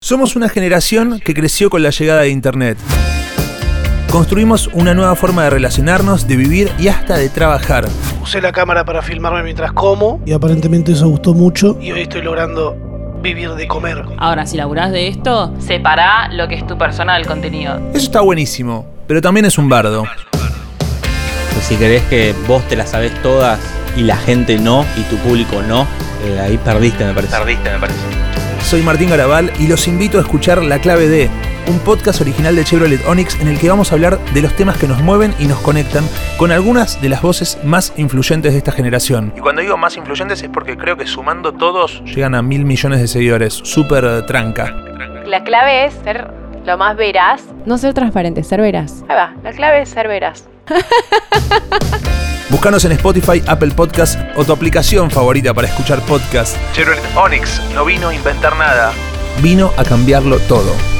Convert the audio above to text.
Somos una generación que creció con la llegada de Internet. Construimos una nueva forma de relacionarnos, de vivir y hasta de trabajar. Usé la cámara para filmarme mientras como Y aparentemente eso gustó mucho. y hoy estoy logrando vivir de comer. Ahora, si laburás de esto, separá lo que es tu persona del contenido. Eso está buenísimo, pero también es un bardo. Pues si crees que vos te las sabés todas y la gente no, y tu público no, eh, ahí perdiste, me parece. Perdiste, me parece. Soy Martín Garabal y los invito a escuchar La Clave de, un podcast original de Chevrolet Onix en el que vamos a hablar de los temas que nos mueven y nos conectan con algunas de las voces más influyentes de esta generación. Y cuando digo más influyentes es porque creo que sumando todos llegan a mil millones de seguidores. Súper eh, tranca. La clave es ser lo más veraz. No ser transparente, ser veraz. Ahí va, la clave es ser veraz. Búscanos en Spotify, Apple Podcast o tu aplicación favorita para escuchar podcast. Chevrolet Onix no vino a inventar nada. Vino a cambiarlo todo.